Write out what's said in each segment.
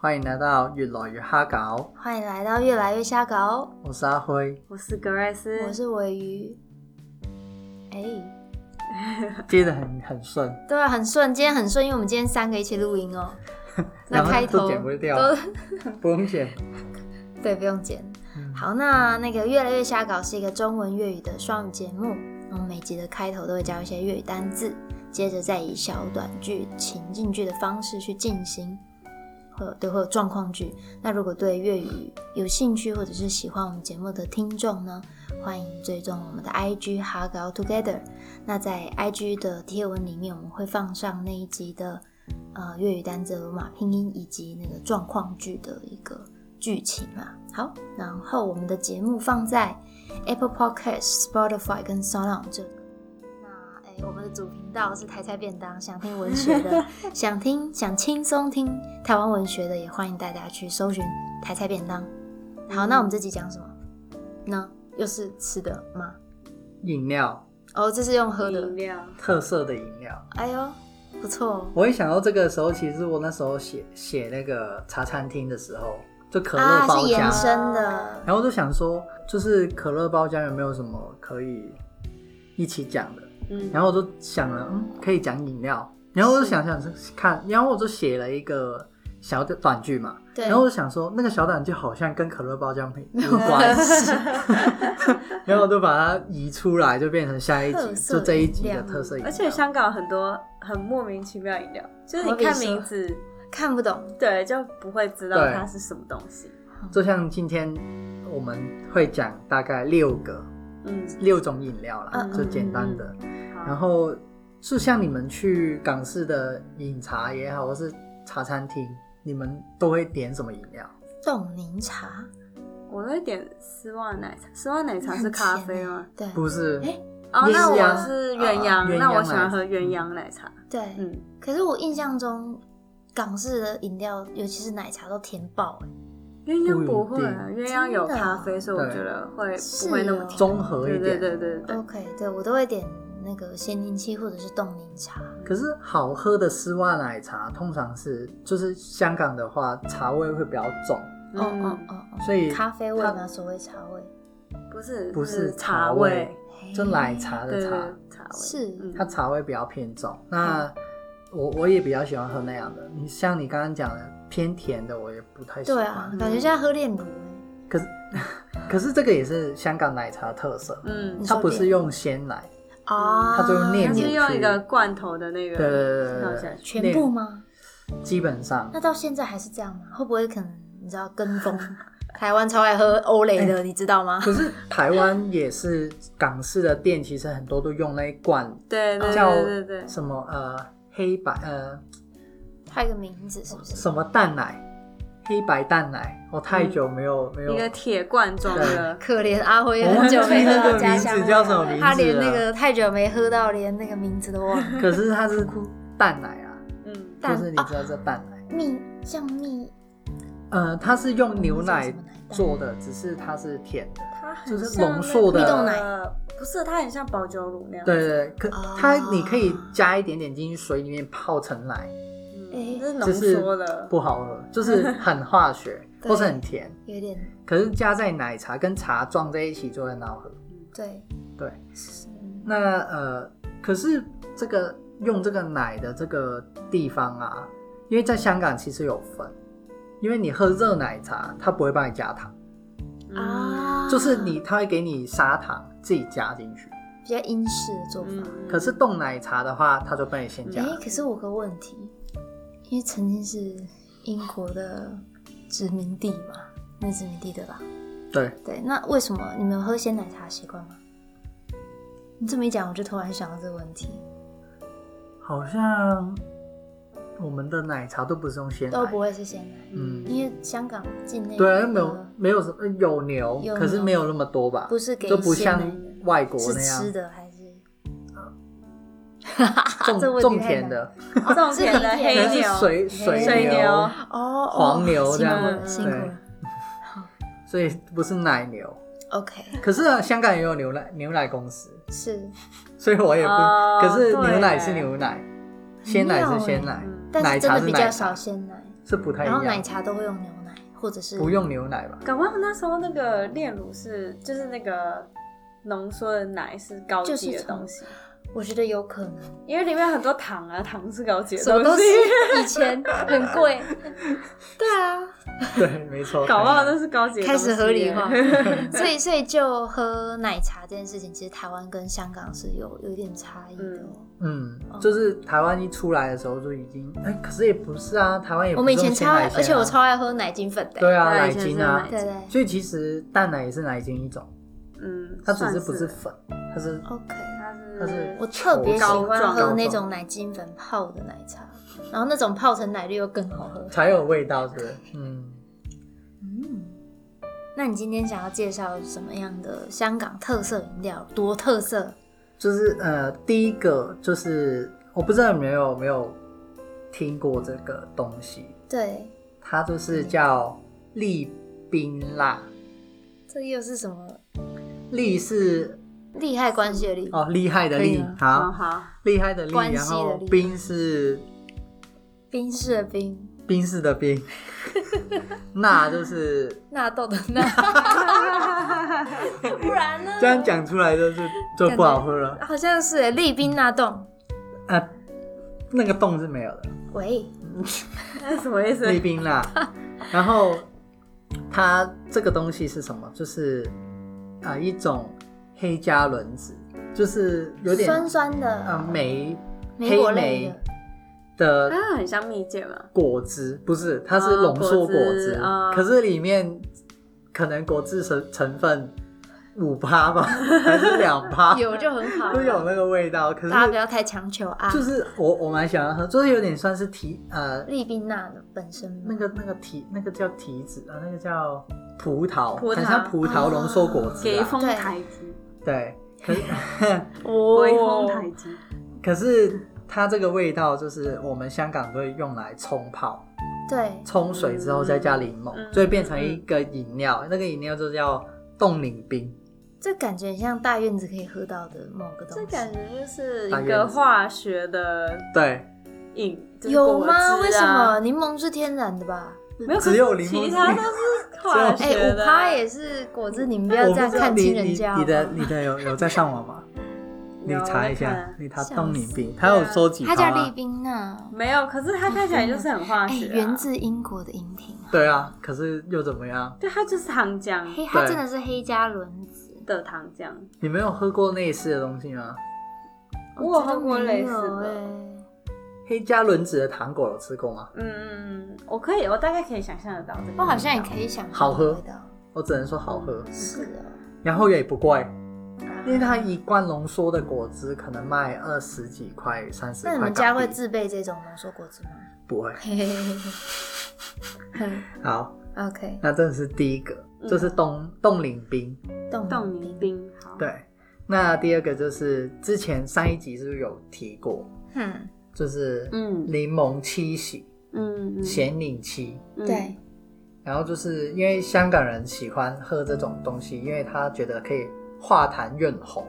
欢迎来到越来越哈搞，欢迎来到越来越瞎搞，我是阿辉。我是格瑞斯，我是尾鱼。哎、接得很很顺，对啊，很顺，今天很顺，因为我们今天三个一起录音哦。那然后开都头剪不掉，都 不用剪。对，不用剪。嗯好，那那个越来越瞎搞是一个中文粤语的双语节目，我们每集的开头都会教一些粤语单字，接着再以小短剧、情境剧的方式去进行，会有对会有状况剧。那如果对粤语有兴趣或者是喜欢我们节目的听众呢，欢迎追踪我们的 IG 哈搞 Together。那在 IG 的贴文里面，我们会放上那一集的呃粤语单字罗马拼音以及那个状况剧的一个剧情啊。好，然后我们的节目放在 Apple Podcast、Spotify 跟 Sound 这。那诶我们的主频道是台菜便当，想听文学的，想听想轻松听台湾文学的，也欢迎大家去搜寻台菜便当。好，那我们这集讲什么嗯呢？又是吃的吗？饮料，哦，这是用喝的。饮料，特色的饮料。哎呦，不错哦。我一想到这个时候，其实我那时候写写那个茶餐厅的时候，就可乐啊，包是厢，延伸的，然后我就想说，就是可乐包厢有没有什么可以一起讲的？嗯，然后我就想了，嗯，可以讲饮料。然后我就想想看，然后我就写了一个小短剧嘛。对，然后我就想说，那个小短剧好像跟可乐包浆没有关系，然后我就把它移出来，就变成下一特集，色就这一集饮的料特色饮料。而且香港很多很莫名其妙饮料，就是你看名字， 看不懂，对，就不会知道对它是什么东西。就像今天我们会讲大概六个嗯，六种饮料啦，嗯就简单的。好然后是像你们去港式的饮茶也好，或是茶餐厅，你们都会点什么饮料？冻柠茶我会点丝袜奶茶，丝袜奶茶是咖啡吗？？很甜欸耶不是，哎哦，鸳那我鸯是鸳啊鸳鸯鸯，那我喜欢喝鸳鸯奶茶。对对，嗯，可是我印象中港式的饮料，尤其是奶茶都甜爆哎，鸳鸯不会啊，不鸳鸯有真的咖啡，所以我对觉得会是不会那么哦甜。综合一啊对点。对对对对， OK，对我都会点那个鲜柠七或者是冻柠茶，可是好喝的丝袜奶茶通常是，就是香港的话，茶味会比较重，嗯哦哦哦哦，所以咖啡味它吗？所谓茶味不是不是是茶茶味味，就奶茶对对的茶，茶味是嗯它茶味比较偏重。嗯那我我也比较喜欢喝那样的，你像你刚刚讲的偏甜的，我也不太喜对啊欢。，感觉像喝炼乳哎，可是可是这个也是香港奶茶特色，嗯你，它说不是炼用鲜奶，啊，它就用炼它乳是用一个罐头的那个对对对倒对下对，去，全部吗？基本上那到现在还是这样吗？会不会可能你知道跟风？ 台湾超爱喝欧蕾的，你知道吗？可是台湾也是港式的店，其实很多都用那一罐对对叫对对对，什么呃黑白呃它有一个名字是不是？什么蛋奶，黑白蛋奶，我嗯太久没有、没有一个铁罐装的，可怜阿辉我很忘记久没喝那到个家名乡字味叫什么名字他连那了，个太久没喝到，连那个名字都忘 了。可是它是蛋奶啊，嗯，蛋啊就是你知道这蛋奶，蜜像蜜，呃，它是用牛那叫奶什么奶蛋做的，只是它是甜的，它很就是像浓缩的那个蜜豆不是它很像保酒乳那样，对对，对可哦它你可以加一点点进去水里面泡成奶，嗯，诶就是就浓是缩的，不好喝，就是很化学 对或是很甜，有点可是加在奶茶跟茶撞在一起就很好喝，对，嗯对。是那呃，可是这个用这个奶的这个地方啊，因为在香港其实有分，因为你喝热奶茶，它不会帮你加糖，嗯啊，就是你它会给你砂糖自己加进去。比较英式的做法。嗯，可是 冻奶茶的话，它就帮你先加诶，。可是我有个问题，因为曾经是英国的殖民地嘛，那殖民地的吧？对，对，那为什么你们有喝鲜奶茶习惯吗？你这么一讲，我就突然想到这个问题，好像我们的奶茶都不是用鲜奶都，不会是鲜奶，嗯，因为香港境内对，啊的没有嗯没有什么有牛，有可是牛没有那么多吧，不是给就不鲜奶像的外国啊是那吃样的还是 这种问题种太甜难的，种甜的是黑嗯可甜能的是牛水黑水牛牛。哦，黄牛哦这辛样苦了，辛苦对了。所以不是奶牛。 OK，可是、啊、香港也有牛奶牛奶公司，是，所以我也不。哦可是对牛奶是牛奶，鲜奶是鲜奶，嗯但奶是真茶的是比奶较茶少。鲜奶，是不太一然后奶样，茶都会用牛奶，或者是不用牛奶 吧？搞不好那时候那个炼乳是就是那个浓缩的奶是高级就的是从东西，我觉得有可能，因为里面很多糖啊，糖是高级的什么东东西西，以前很贵，对啊，对，没 错。搞不好那是高级的开东西始合理化耶， 所以所以就喝奶茶这件事情，其实台湾跟香港是有有一点差异的哦、嗯，就是台湾一出来的时候就已经，哎、可是也不是啊，台湾也不我们以前用鲜超爱奶，鲜啊而且我超爱喝奶精粉的、对啊，对奶以前是精啊奶，对对所以其实蛋奶也是奶精一种，嗯，它只是呃不是算粉，它是 OK，它是它是我特别喜欢高喝壮那种奶精粉泡的奶茶，然后那种泡成奶绿又更好喝。才有味道，是不是？嗯，嗯，那你今天想要介绍什么样的香港特色饮料？多特色？就是呃，第一个就是呃我不知道你们有没有听过这个东西，对，它就是叫利冰辣，这又是什么利是利害关系的利？哦厉害的可以利啊，好好好， 厉害的利，关系的然后利冰是冰室的冰，冰室的 冰，那就是纳豆的纳， 不然呢？这样讲出来就是就不好喝了。好像是耶利冰纳冻。呃，那个洞是没有的，喂，那什么意思？ 利冰啦。 然后它这个东西是什么？就是啊、呃一种黑加仑子，就是有点酸酸的呃莓莓果黑类莓的，啊的它很像蜜饯啊嘛，果汁，不是，它是哦浓缩果果汁，汁哦可是里面可能果汁成成分五趴吧，还是两趴，有就很好 都。有那个味道，可是大家不要太强求啊。就是我我蛮喜欢喝，就是有点算是提呃利宾纳的本身吗那个那个提那个叫提子啊，那个叫葡萄，葡萄很像葡萄浓缩果汁、给啊。风台机，对，可是 哦微风台机，可是它这个味道就是我们香港都会用来冲泡，对，冲水之后再加柠檬，嗯所以变成一个饮嗯料，那个饮料就叫冻柠冰。这感觉很像大院子可以喝到的某个东这西。感觉就是大一院个子化学的对，饮，就是有果吗？汁啊为什么？柠檬是天然的吧？没有？只有可是柠檬其汁他都是化哎、学五的趴啊。也是果汁，你们不我要不这样知道看你清你人家你的好不好你的有有在上网 吗？你有查一我在下看，你查笑冻柠死冰，它有收集它它叫利吗？宾纳，没有，可是它看起来就是很化哎、学啊。源自英国的饮品啊。对啊，可是又怎么样？对，它就是糖浆黑，它对真的是黑加仑子。的糖浆，你没有喝过类似的东西吗？我有觉得喝过哦没类似有的哎黑加仑子的糖果有吃过吗？嗯嗯，嗯，我可以，我大概可以想象得到这个。我好像也可以想好喝味道。我只能说好喝，是啊，嗯然后也不贵，因为它一罐浓缩的果汁可能卖二十几块、三十那块港币。你们家会自备这种浓缩果汁吗？不会？ 嘿嘿嘿 嘿好，嘿嗯 OK，那这是第一个，嗯这是冻冻龄冰。冻冻柠冰，好，对，那第二个就是之前上一集是不是有提过，嗯，就是嗯柠檬七喜、嗯嗯，咸柠七。嗯，对，然后就是因为香港人喜欢喝这种东西，因为他觉得可以化痰润喉。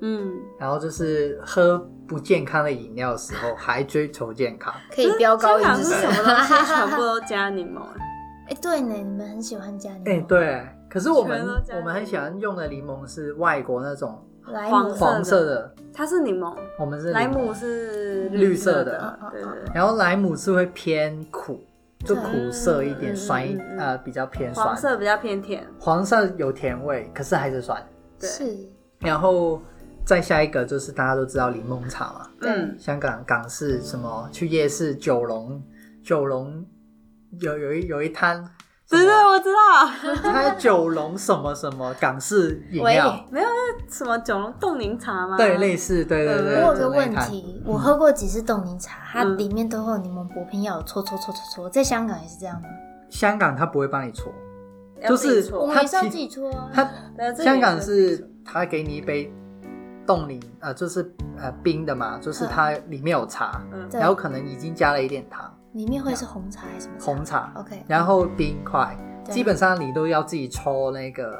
嗯，然后就是喝不健康的饮料的时候，还追求健康。可以飙香高音港是是什什么？么东西全部都加柠檬啊？ 哎，对呢，你们很喜欢加柠哎、檬，对，可是我们全都加柠檬我们很喜欢用的柠檬是外国那种莱黄色姆的黄色的，它是柠檬，我们是莱柠檬姆是绿色色的对对对，然后莱姆是会偏苦，就对苦涩一点，嗯酸一嗯嗯嗯呃比较偏酸。黄色比较偏甜，黄色有甜味，可是还是酸。对是，然后再下一个就是大家都知道柠檬茶嘛，对嗯，香港港式什么去夜市九龙，九龙有有一有一摊。对对，我知道， 它九龙什么什么港式饮料，没有是什么九龙冻柠茶吗？对，类似，对对嗯对。我有个就那一嗯问摊，题，我喝过几次冻柠茶，它嗯里面都会有柠檬薄片药，搓搓搓搓搓，在香港也是这样吗？香港它不会帮你搓，要自己就是搓我们它也是要其自己搓 啊。它对这个香港也自己是它给你一杯冻柠，呃，就是呃冰的嘛，就是它里面有茶，嗯嗯对然后可能已经加了一点糖，里面会是红茶还是什么？啊红。茶， OK，然后冰块，对基本上你都要自己抽那个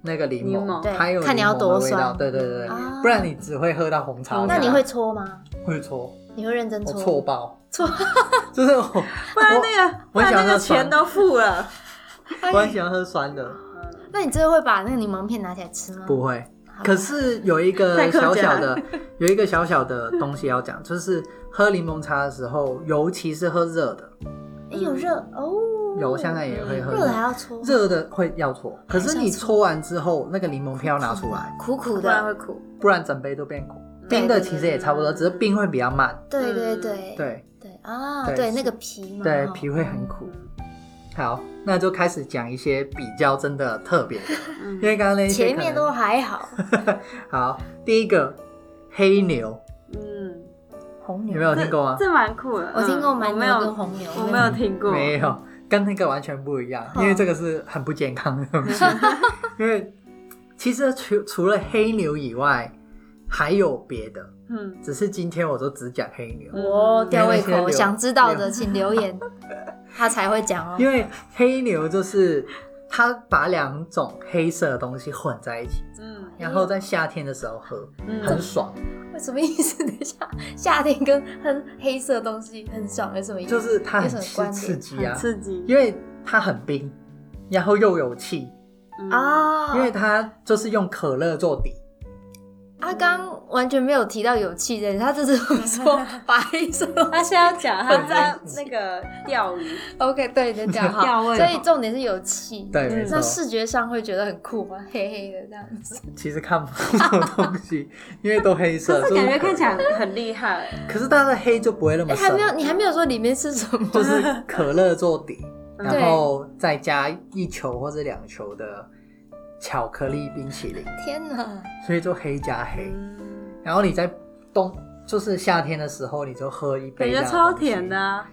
那个柠柠檬檬，对它有看你柠要檬多的味道，酸对对对，啊不然你只会喝到红茶味。那你会搓吗？会搓？你会认真我搓？错爆，搓， 就是 我，不然那个，不我然想那要个钱穿都付了。我很喜欢喝酸的，那你真的会把那个柠檬片拿起来吃吗？不会。好，可是有一太 个客小家小了的，有一个小小的东西要讲，就是喝柠檬茶的时候，尤其是喝热的，哎有热哦，有现在也会喝热的还要搓，嗯热的会要搓，可是你搓完之后，那个柠檬片要拿出来，苦苦不然的，会苦。不然整杯都变苦。对冰的其实也差不多，对对只是冰会比较慢。对对嗯对对对啊，对对那个皮嘛，对哦，皮会很苦。好，那就开始讲一些比较真的特 别的，嗯因为刚刚那一些前可能面都 还好，好。第一个黑牛，嗯，红你没有听过啊吗？这蛮酷的。我听过蛮蛮牛跟红牛，我没嗯有听过。没有，跟那个完全不一样，哦因为这个是很不健康的 东西。因为其实除除了黑牛以外，还有别的，嗯，只是今天我都只讲黑牛，我吊没胃有那些口，留想知道的请 留言，他才会讲哦。因为黑牛就是它把两种黑色的东西混在一起，嗯然后在夏天的时候喝，嗯很爽。为什么意思？等一下，夏天跟很黑色的东西很爽，有什么意思？就是它很有什么刺观点刺激很啊，刺激。因为它很冰，然后又有气，嗯，啊，因为它就是用可乐做底。阿刚完全没有提到有气的，他只是说嗯把黑色的他现在讲他很在刺那个钓鱼， OK，对你讲好，调味所以重点是有气。对，嗯没错。那视觉上会觉得很酷吗？黑黑的这样子，其实看不到东西，因为都黑色，但是就是感觉看起来很厉害。可是它的黑就不会那哎，么还深没，有，你还没有说里面是什么？就是可乐做底，嗯然后再加一球或者两球的巧克力冰淇淋，天哪，所以就黑加黑。嗯，然后你在冬，就是夏天的时候，你就喝一感杯，觉超甜的。啊。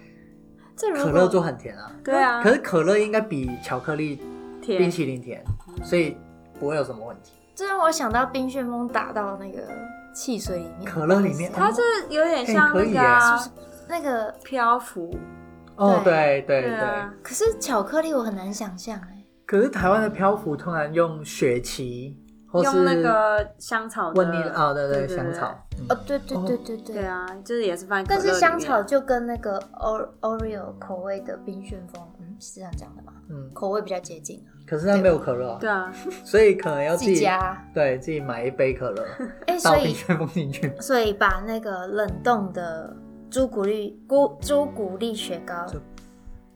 这如果可乐就很甜啊，对啊，可是可乐应该比巧克力冰甜。淇淋甜，嗯所以不会有什么问题。这让我想到冰旋风打到那个汽水里面，可乐里面它它就是有点像那个哎啊可那个，漂浮，哦，对对对对。啊，可是巧克力我很难想象哎，可是台湾的漂浮通常用雪琪或是用那个香草的温妮啊，对对对对香草，嗯哦，对对对对对对。啊，就是也是放在可但乐里是面香草就跟那个 O Oreo 口味的冰旋风，嗯，是这样讲的吗？嗯，口味比较接近啊，可是它没有可乐啊，对啊，所以可能要自自己己加啊。对自己买一杯可乐哎，倒 所冰以旋风进去，所以把那个冷冻的朱古力咕朱古力雪糕就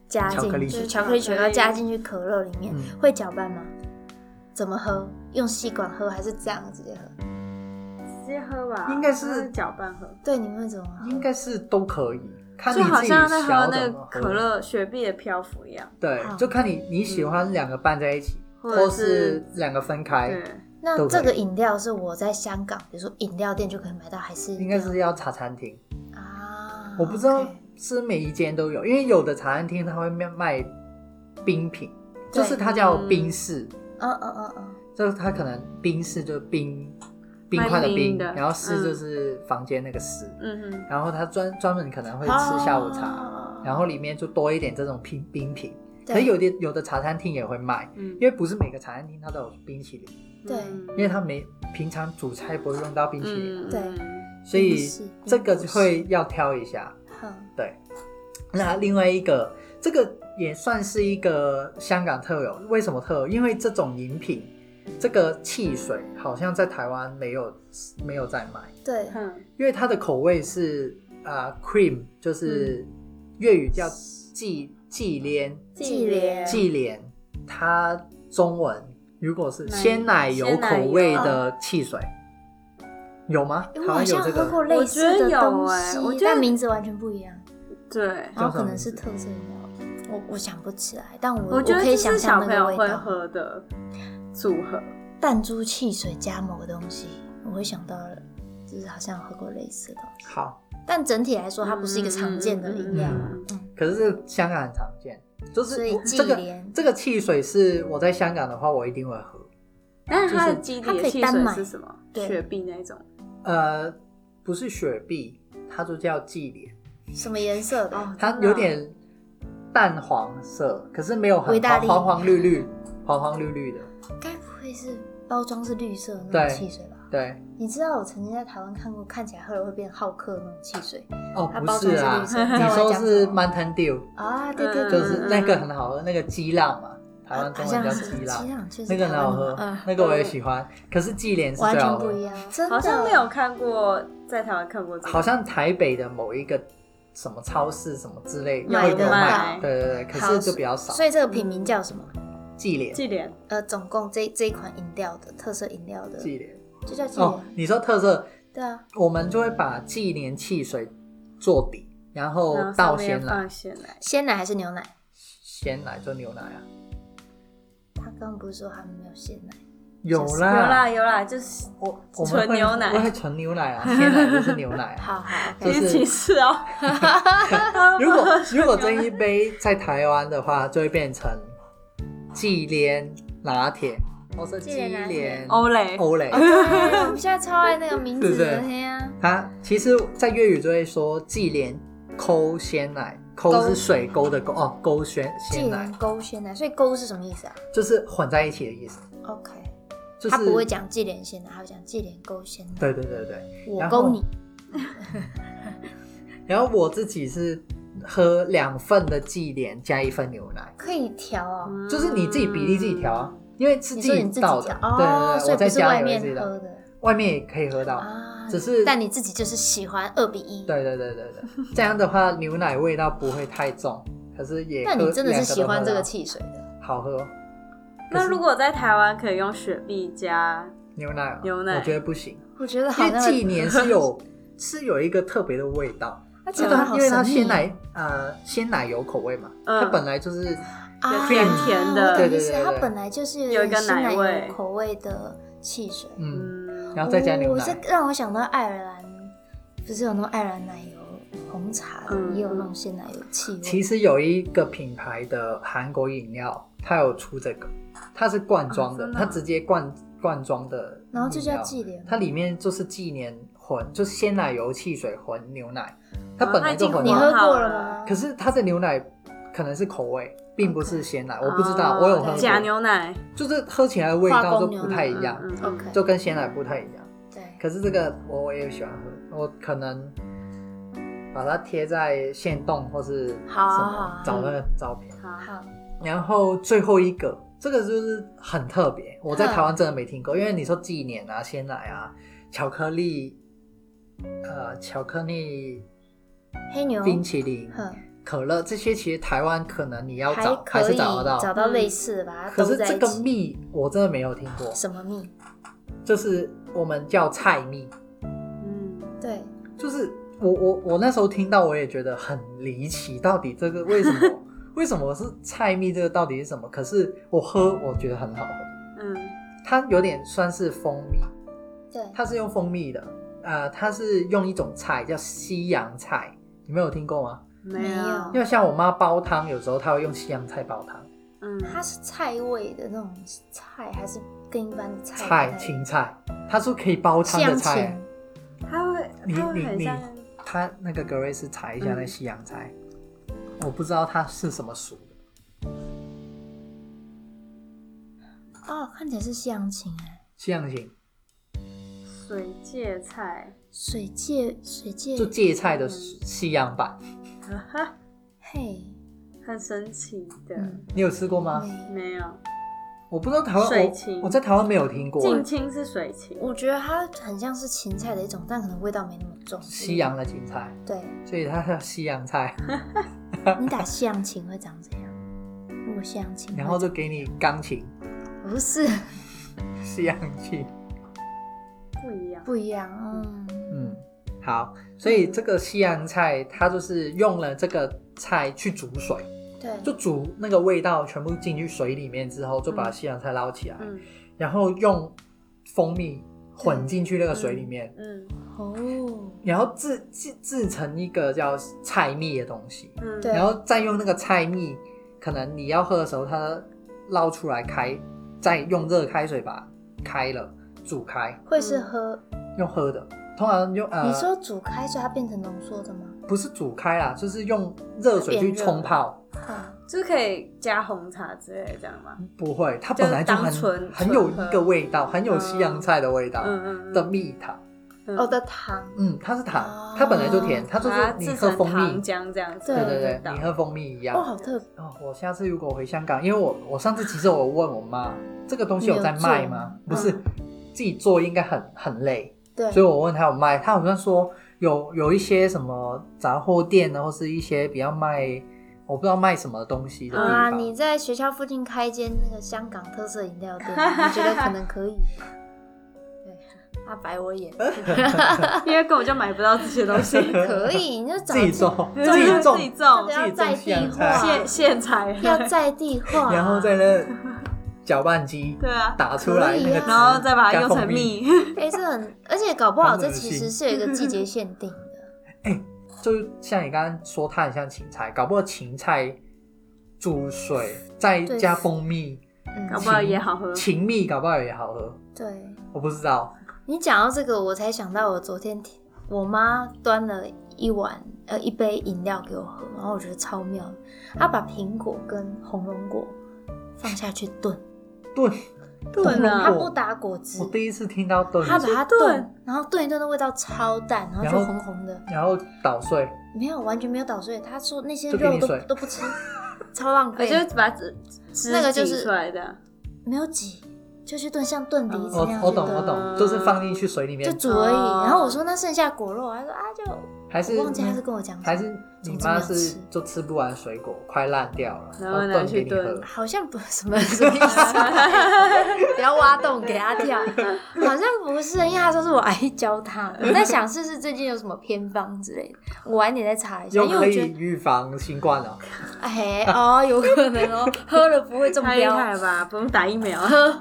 加进巧克力就是雪巧克力雪巧糕克力加进去可乐里面，嗯会搅拌吗？怎么喝？用吸管喝还是这样直接喝？直接喝吧，应该是搅拌喝，对，你们会怎么喝？应该是都可以，看你就好自己像在喝想要那怎个么喝可，乐雪碧的漂浮一样。对好，就看你你喜欢两个拌在一起，或或者是是两个分开，对，那都可以这个饮料是我在香港，比如说饮料店就可以买到，还是应该是要茶餐厅，啊？我不知道 OK 是每一间都有，因为有的茶餐厅它会卖卖冰品，对就是它叫冰室，嗯嗯嗯嗯，就是它可能冰室就是冰冰块的卖冰冰，的然后室嗯就是房间那个室，嗯哼，然后它专专门可能会会吃下午茶，然后后里面就多一点这种冰冰品。可哦对是有的有的茶餐厅也会卖，嗯因，为不是每个茶餐厅它都有冰淇淋，对嗯因为它没平常煮菜不会用到冰淇淋，啊嗯对嗯所以冰室这个就会要挑一下。哼对，那另外一个，这个也算是一个香港特有。为什么特有？因为这种饮品，这个汽水好像在台湾没有没有在卖，对嗯因为它的口味是啊、呃 cream，就是粤语叫忌忌廉忌廉忌廉，它中文如果是奶鲜奶油鲜奶口油味的汽水。有吗？嗯台诶我好湾有像这喝过个，类似的我觉得有东欸我西，觉得但名字完全不一样。对，然后叫可什么能是名特色饮料，我我想不起来，但我我觉得可以这想是象小那朋个友味会道。喝的组合，弹珠汽水加某个东西，我会想到，就是好像喝过类似的东西，好，但整体来说它不是一个常见的饮料啊。嗯，可是这香港很常见，就是所以我忌这个廉这个汽水是我在香港的话，我一定会喝。但是它的基它底可的以汽单水买是什么？对雪碧那种呃，不是雪碧，它就叫忌廉，什么颜色的？哦，它真的有啊点淡黄色，可是没有嗯维很大黄利黄黄绿绿、黄黄绿绿的。该不会是包装是绿色的那对种汽水吧？对，你知道我曾经在台湾看过看起来喝了会变好客那种汽水哦，它不包是装啊，是绿色 你你知道我说在讲是什么吗 Mountain Dew，啊，对对对，就对是嗯那个很好喝，那个鸡浪嘛，台湾中好文叫像是鸡浪鸡，浪，确实那个台很好湾的喝嗯，那个我也喜欢。可是纪莲是完最好全不喝一，样，真的好像没有看过在台湾看过这个，好像台北的某一个什么超市什么之类买会有得卖，到对对对，可好是就比较少。所以这个品名叫什么？纪莲，纪莲呃，总共这这一款饮料的特色饮料的，纪莲就叫纪哦莲，，你说特色，对啊，我们就会把纪莲汽水做底，然后然后哦上倒面鲜奶，放鲜奶，鲜奶还是牛奶？鲜奶就牛奶啊，他刚刚不是说他们没有鲜奶？有就是有啦，啦有啦，就是我我们纯会牛奶我会纯牛奶啊，鲜奶就是牛奶啊。好好，OK， 就你是歧视哦。 如果如果这一杯在台湾的话，就会变成纪莲拿铁，或是纪纪莲拿铁 莲欧蕾，欧蕾。哎对我们现在超爱那个名字是的，不是嘿呀，它其实，在粤语就会说忌廉勾鲜奶，勾勾是水勾的勾哦，勾鲜纪鲜奶莲勾鲜奶，所以勾是什么意思啊就是混在一起的意思， ？OK，就是他不会讲纪莲鲜奶，他会讲纪莲勾鲜奶，对对对对。我然后勾你，然后我自己是喝两份的忌廉加一份牛奶，可以调哦。就是你自己比例自己调啊，因为是你嗯自说己你自己倒调的，对哦，对对，所以我在不是家外里会面自己倒喝，的外面也可以喝到，啊，只是但你自己就是喜欢二比一，对对对对对， 这样的话牛奶味道不会太重，可是也那喝你真的是两都喜欢喝这个到汽水的，好喝。嗯那如果在台湾可以用雪碧加，牛奶啊，牛奶我觉得不行，我觉得 好因为像纪年是 有是有一个特别的味道，它就讲它的好因为它神鲜秘奶呃鲜奶油口味嘛，嗯它本来就是啊，甜甜的我懂对对意思对对它本来就是有一个点鲜奶油味口味的汽水，嗯，嗯，然后再加牛哦奶这，让我想到爱尔兰，不是有那种爱尔兰奶油红茶的，嗯也有那种鲜奶油气味。其实有一个品牌的韩国饮料，它有出这个，它是罐装的，啊真的啊它直接罐罐装的，然后就叫纪莲它里面就是纪年混，就是鲜奶油汽水混牛奶，它本来就嗯它已混经你好混了，喝好过了了吗？可是它的牛奶可能是口味，并不是鲜奶，我不知道，哦我有喝过假牛奶，就是喝起来的味道都不太一样，嗯嗯嗯 OK，就跟鲜奶不太一样。对，可是这个我我也喜欢喝，我可能把它贴在线动或是什好啊好么啊找那个照片。好，好，然后最后一个，这个就是很特别，我嗯在台湾真的没听过，因为你说纪念啊、鲜奶啊、巧克力，呃，巧克力黑牛，冰淇淋、哼，可乐这些，其实台湾可能你要嗯还找还可是以找得到。到嗯类似的，把它可都是在这一个起。蜜我真的没有听过，什么蜜？就是我们叫菜蜜，嗯，对，就是我我我那时候听到我也觉得很离奇，到底这个为什么 为什么是菜蜜这个到底是什么？可是我喝我觉得很好喝，嗯，它有点算是蜂蜜，对，它是用蜂蜜的，呃，它是用一种菜叫西洋菜，你们有听过吗？嗯没嗯没有有，因为像我妈煲汤，有时候她会用西洋菜煲汤，嗯，它是菜味的那种菜，还是跟一般的菜不菜太一样芹菜，它是可以煲汤的香菜芹。？它会，你它会很你像，它那个格瑞斯查一下那西洋菜，我不知道它是什么属的。哦，看起来是香芹哎。西洋芹水芥菜，水芥，水芥，就芥菜的西洋版，哈哈，嘿，很神奇的，嗯，你有吃过吗？没没有，我不知道台湾，水芹我我在台湾没有听过近亲是水芹，我觉得它很像是芹菜的一种，但可能味道没那么重。西洋的芹菜，对 所以它叫西洋菜，你打西洋芹会长怎样？如果西洋芹会，然后就给你钢琴不是西洋芹。不一样，不一样，嗯，嗯，好，所以这个西洋菜它就是用了这个菜去煮水，对，就煮那个味道全部进去水里面之后，就把西洋菜捞起来，嗯然后用蜂蜜混进去那个水里面，嗯哦，然后制制制成一个叫菜蜜的东西，嗯，对然后再用那个菜蜜，可能你要喝的时候它捞出来开，再用热开水把它开了煮开，会是喝？用喝的，通常用嗯呃你说煮开所以它变成浓缩的吗？不是煮开啦，就是用热水去冲泡，啊，就是可以加红茶之类的这样吗？不会，它就是本来就当很纯很有纯喝一个味道，很有西洋菜的味道嗯嗯嗯的蜜糖。嗯哦的糖，嗯，它是哦糖，它本来就甜，它就把它是你制喝成蜂蜜糖，浆这样子对的对味道。对对，你喝蜂蜜一样哦，。好特别，哦，我下次如果回香港，因为我我上次其实我问我妈，这个东西有在卖 吗？你有不做吗是，自己做应该很很累，对，所以我问她有卖，她好像说有有一些什么杂货店啊，或是一些比较卖我不知道卖什么东西的地啊，方。你在学校附近开一间那个香港特色饮料店，你觉得可能可以？对，他白我眼，因为根本就买不到这些东 西， 可以，你就找自己种，自自己种自己，真种的，要在地自己种西洋化，菜现现采，啊 要在地化，啊 然后在那搅拌 机对啊，打出来那个可以汁，啊然后再把它加用蜂成蜜。哎，这很，而且搞不好很恶这心其实是有一个季节限定的，就像你刚刚说，它很像芹菜，搞不好芹菜煮水再对加蜂蜜，搞嗯，不好也好 喝。芹蜜搞不好也好喝，对。我不知道。你讲到这个，我才想到我昨天听我妈端了一碗呃一杯饮料给我喝，然后我觉得超妙的，她把苹果跟红龙果放下去炖，炖炖了，啊她不打果汁我，第一次听到炖，她把它炖炖，然后炖一炖的味道超淡，然后就然后红红的，然后捣碎，没有完全没有捣碎，她说那些就给肉你都水都不吃，超浪我费就，把汁汁那个就挤是出来的，没有挤，就去炖像炖嗯梨子我那样我去懂我炖。懂，就是放进去水里就面，煮而哦已，然后我说那剩下果肉啊，她说啊就还是我忘记她是跟我讲什么，嗯还是你妈是就吃不完水果，快烂掉了，然然后后拿炖去给你炖喝。好像不什么什么意思， 不要挖洞给他跳，好像不是，因为他说是我阿姨教他的，我在想试试最近有什么偏方之类的，我晚点再查一下，又因为可我觉以得，预防新冠了，哎哦，有可能 哦，喝了不会中太厉害标，了吧？不用打疫苗，喝，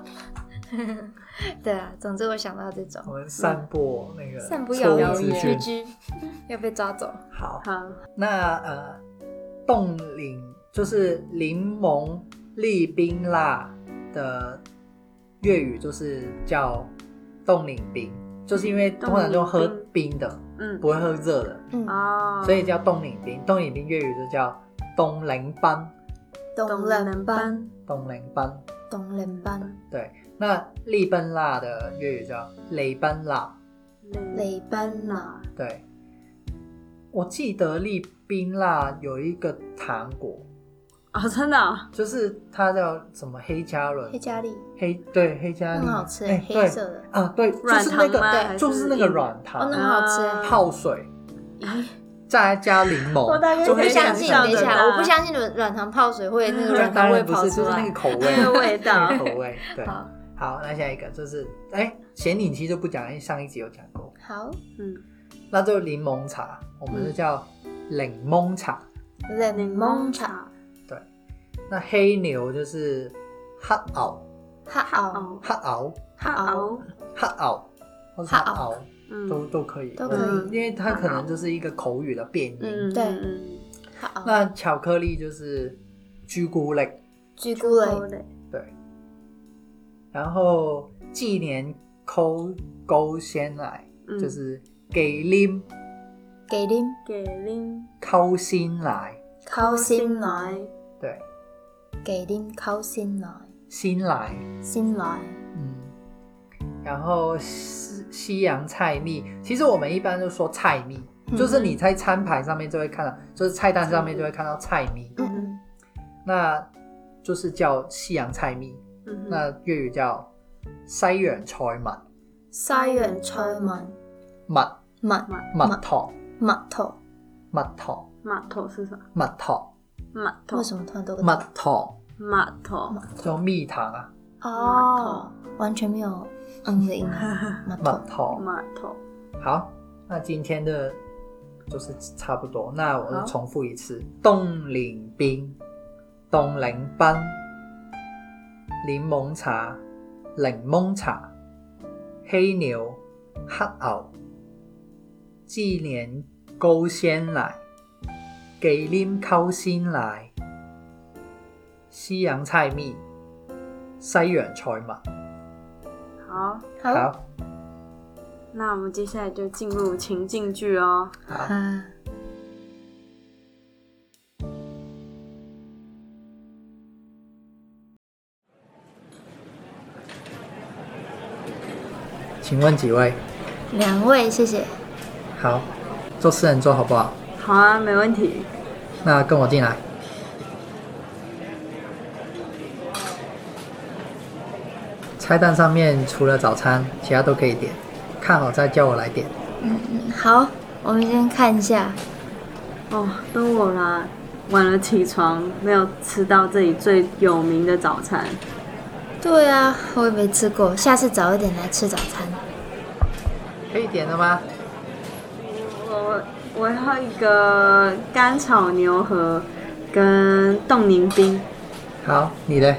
对啊，总之我想到这种我们散播那个散不错了误谣资言，居讯。居要被抓走，好，好，那呃，冻柠就是柠檬利冰辣的粤语就是叫冻柠冰，就是因为通常就喝冻柠冰的，嗯，不会喝热的，嗯，哦，所以叫冻柠冰。冻柠冰粤语就叫冻柠班，懂冷班，，冻柠班。懂冷班，对，那利奔辣的粤语叫雷奔辣。雷班啊啦，对，我记得利宾辣有一个糖果，哦，真的哦，就是它叫什么黑加仑黑加力黑对黑加力很好吃，欸哎黑对色的。啊，对，就是那软糖吗个还是就是那个软哦，糖那么好吃啊欸。泡水，再加柠我大檬，概就我不会可以相想信，象等得一下，到我不相信软软糖泡水会那个对软当糖味然不跑是，就出是那个来。口味，那个味道那个 口味，对。好，好，那下一个就是，哎，显影期就不讲，因为上一集有讲过。好，嗯，那就柠檬茶，我们就叫柠檬茶。柠檬茶，，那黑牛就是黑牛，哈熬，哦，黑牛，哈哈熬，熬，黑牛，或是黑牛都嗯都可以，都可以嗯因为它可能就是一个口语的变音。嗯，对嗯，哈熬，那巧克力就是朱古力，朱古力，对，对。然后忌廉抠勾鲜奶嗯就是忌廉给啉给拎抠鲜奶，烤鲜奶，对，给啉烤鲜奶，鲜奶，鲜奶，嗯。然后西西洋菜蜜，其实我们一般就说菜蜜，嗯就是你在餐盘上面就会看到，就是菜单上面就会看到菜蜜，嗯嗯，那就是叫西洋菜蜜，嗯哼，那粤语叫西洋菜蜜西洋菜蜜，蜜蜜蜜糖蜜桃，蜜糖码头是什么？蜜糖码头为，什么突然多个蜜糖，码头， 叫蜜糖啊，哦，完全没有嗯的音，蜜蜜桃，糖。码头，好，那今天的就是差不多，那我好就重复一次：冻柠冰、冻柠班、柠檬茶、柠檬茶、黑牛、黑牛、忌廉高鲜奶、忌廉溝鮮奶、西洋菜蜜、西洋菜蜜。好，好，好，那我们接下来就进入情境剧哦。好。啊。请问几位？两位，谢谢。好，坐四人座好不好？好啊，没问题。那跟我进来。菜单上面除了早餐，其他都可以点，看好再叫我来点。嗯好，我们先看一下。哦，都我啦，晚了起床，没有吃到这里最有名的早餐。对啊，我也没吃过，下次早一点来吃早餐。可以点了吗？我我要一个干炒牛河跟冻凝冰。好，你嘞？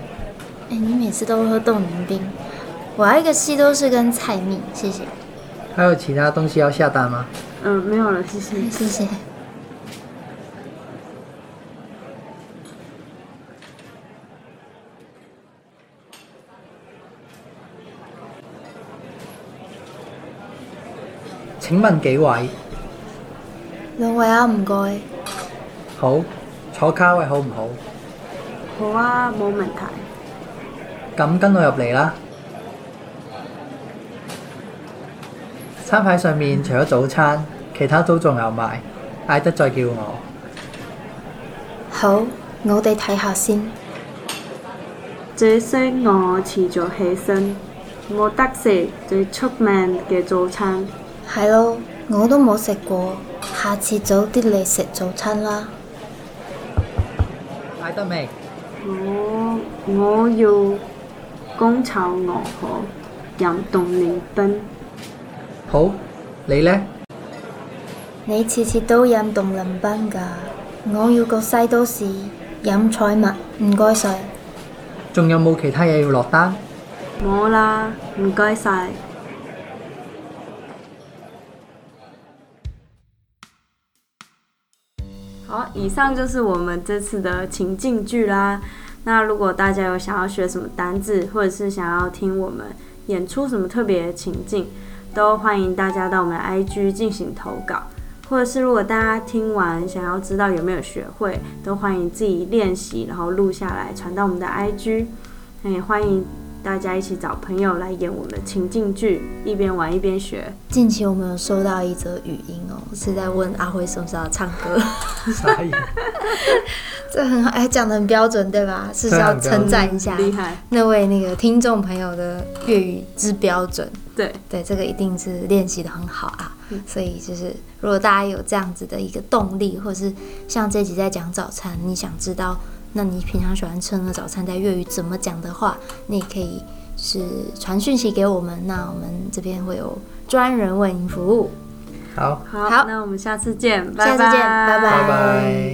哎、你每次都喝冻柠冰，我要一个西多士跟菜蜜，谢谢，还有其他东西要下单吗？嗯，没有了，谢谢。谢谢。請問幾位？兩位啊，唔該。好，坐卡位好唔好？好啊，冇問題。咁跟我入嚟啦。餐牌上面除咗早餐，其他都仲有賣，嗌得再叫我。好，我哋睇下先。這些我遲早起身，冇得食最出名嘅早餐。係咯，我都冇食過，下次早啲嚟食早餐啦。嗌得未？我我要乾炒牛河，飲凍檸冰。好，你呢？你次次都飲凍檸冰㗎，我要個西多士，飲菜蜜，唔該晒。仲有冇其他嘢要落單？冇啦，唔該晒。好，以上就是我们这次的情境剧啦。那如果大家有想要学什么单字，或者是想要听我们演出什么特别的情境，都欢迎大家到我们的 IG 进行投稿。或者是如果大家听完想要知道有没有学会，都欢迎自己练习，然后录下来传到我们的 IG。那也欢迎大家一起找朋友来演我们的情境剧，一边玩一边学。近期我们有收到一则语音哦，是在问阿辉什么时候要唱 歌，傻眼，这很好，哎，讲的很标准对吧？是不是啊对要很标准称赞一下？厉害，那位那个听众朋友的粤语之标准，对，对这个一定是练习的很好啊。所以就是，如果大家有这样子的一个动力，或是像这集在讲早餐，你想知道，那你平常喜欢吃的早餐在粤语怎么讲的话，你也可以是传讯息给我们，那我们这边会有专人为您服务。 好，好，好那我们下次见，下次见，拜拜拜。